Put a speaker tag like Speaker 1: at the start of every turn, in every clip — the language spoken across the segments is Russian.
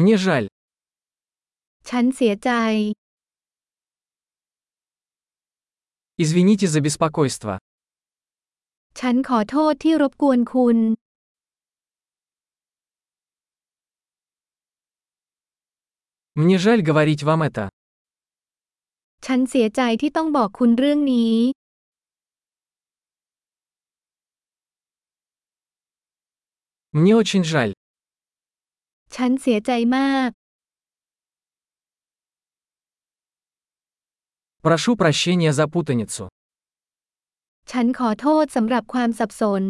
Speaker 1: Мне жаль.
Speaker 2: ฉันเสียใจ
Speaker 1: Извините за беспокойство.
Speaker 2: ฉันขอโทษที่รบกวนคุณ
Speaker 1: Мне жаль говорить вам это.
Speaker 2: ฉันเสียใจที่ต้องบอกคุณเรื่องนี้
Speaker 1: Мне очень жаль.
Speaker 2: ฉันเสียใจมาก
Speaker 1: Прошу прощения за путаницу.
Speaker 2: ฉันขอโทษสำหรับความสับสน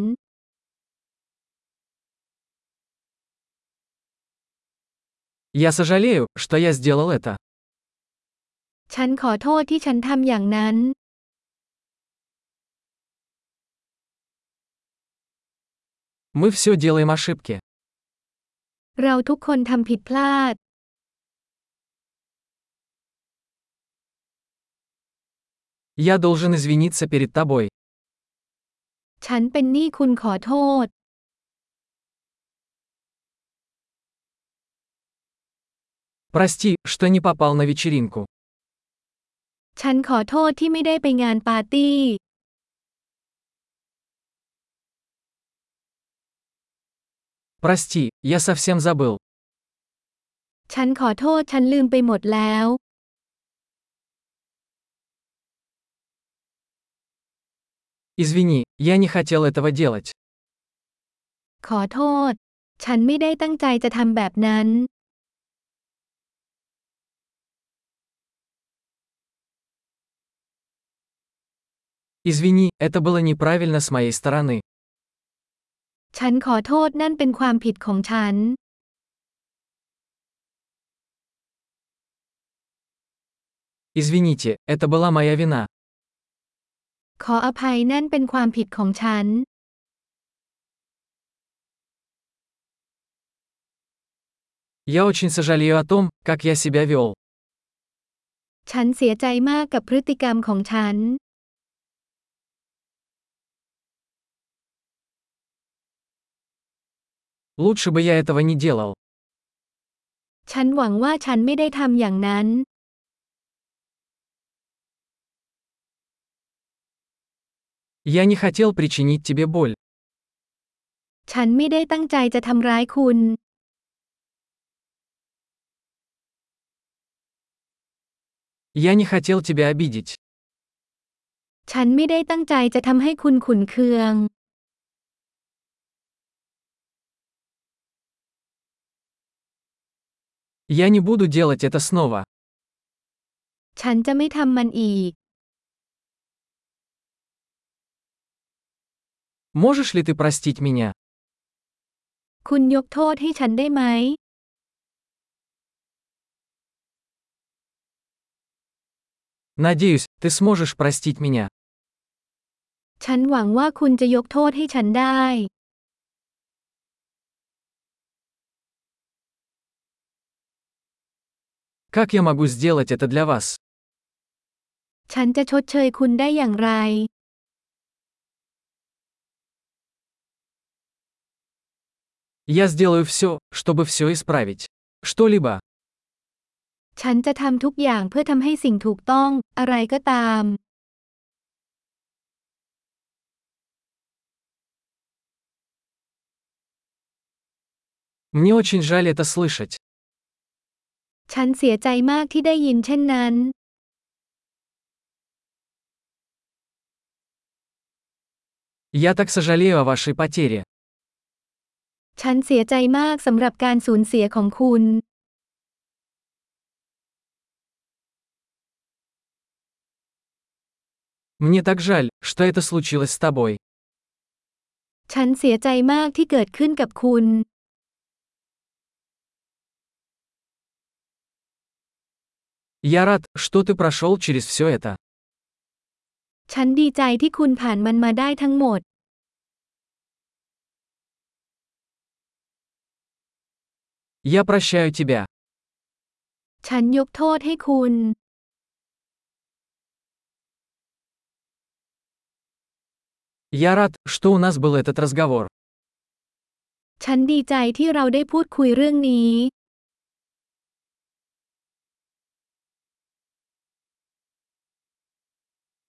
Speaker 1: Я сожалею, что я сделал это.
Speaker 2: ฉันขอโทษที่ฉันทำอย่างนั้น
Speaker 1: Мы все делаем ошибки.
Speaker 2: เราทุกคนทำผิดพลาด
Speaker 1: Я должен извиниться перед тобой.
Speaker 2: ฉันเป็นหนี้คุณขอโทษ
Speaker 1: Прости, что не попал на вечеринку.
Speaker 2: ฉันขอโทษที่ไม่ได้ไปงานปาร์ตี้
Speaker 1: Прости, я совсем забыл.
Speaker 2: ฉันขอโทษฉันลืมไปหมดแล้ว
Speaker 1: Извини, я не хотел этого делать.
Speaker 2: ขอโทษ ฉันไม่ได้ตั้งใจจะทำแบบนั้น
Speaker 1: Извини, это было неправильно с моей стороны.
Speaker 2: ฉันขอโทษนั่นเป็นความผิดของฉัน
Speaker 1: Извините, это была моя вина.
Speaker 2: ขออภัยนั่นเป็นความผิดของฉัน
Speaker 1: Я очень сожалею о том, как я себя вел.
Speaker 2: ฉันเสียใจมากกับพฤติกรรมของฉัน
Speaker 1: Лучше бы я этого не делал.
Speaker 2: ฉันหวังว่าฉันไม่ได้ทำอย่างนั้น
Speaker 1: Я не хотел причинить тебе боль.
Speaker 2: ฉันไม่ได้ตั้งใจจะทำร้ายคุณ
Speaker 1: Я не хотел тебя обидеть.
Speaker 2: ฉันไม่ได้ตั้งใจจะทำให้คุณขุนเคือง
Speaker 1: Я не буду делать это снова.
Speaker 2: ฉันจะไม่ทำมันอีก
Speaker 1: Можешь ли ты простить меня?
Speaker 2: คุณยกโทษให้ฉันได้ไหม
Speaker 1: Надеюсь, ты сможешь простить меня.
Speaker 2: ฉันหวังว่าคุณจะยกโทษให้ฉันได้
Speaker 1: Как я могу сделать это для вас?
Speaker 2: ฉันจะชดเชยคุณได้อย่างไร
Speaker 1: Я сделаю все, чтобы все исправить. Что-либо.
Speaker 2: ฉันจะทำทุกอย่างเพื่อทำให้สิ่งถูกต้อง อะไรก็ตาม
Speaker 1: Мне очень жаль это слышать.
Speaker 2: ฉันเสียใจมากที่ได้ยินเช่นนั้น
Speaker 1: Я так сожалею о вашей потере.
Speaker 2: ฉันเสียใจมากสำหรับการสูญเสียของคุณ
Speaker 1: Мне так жаль, что это случилось с тобой.
Speaker 2: ฉันเสียใจมากที่เกิดขึ้นกับคุณ
Speaker 1: Я рад, что ты прошел через все это.
Speaker 2: ฉันดีใจที่คุณผ่านมันมาได้ทั้งหมด
Speaker 1: Я прощаю тебя.
Speaker 2: ฉันยกโทษให้คุณ
Speaker 1: Я рад, что у нас был этот разговор.
Speaker 2: ฉันดีใจที่เราได้พูดคุยเรื่องนี้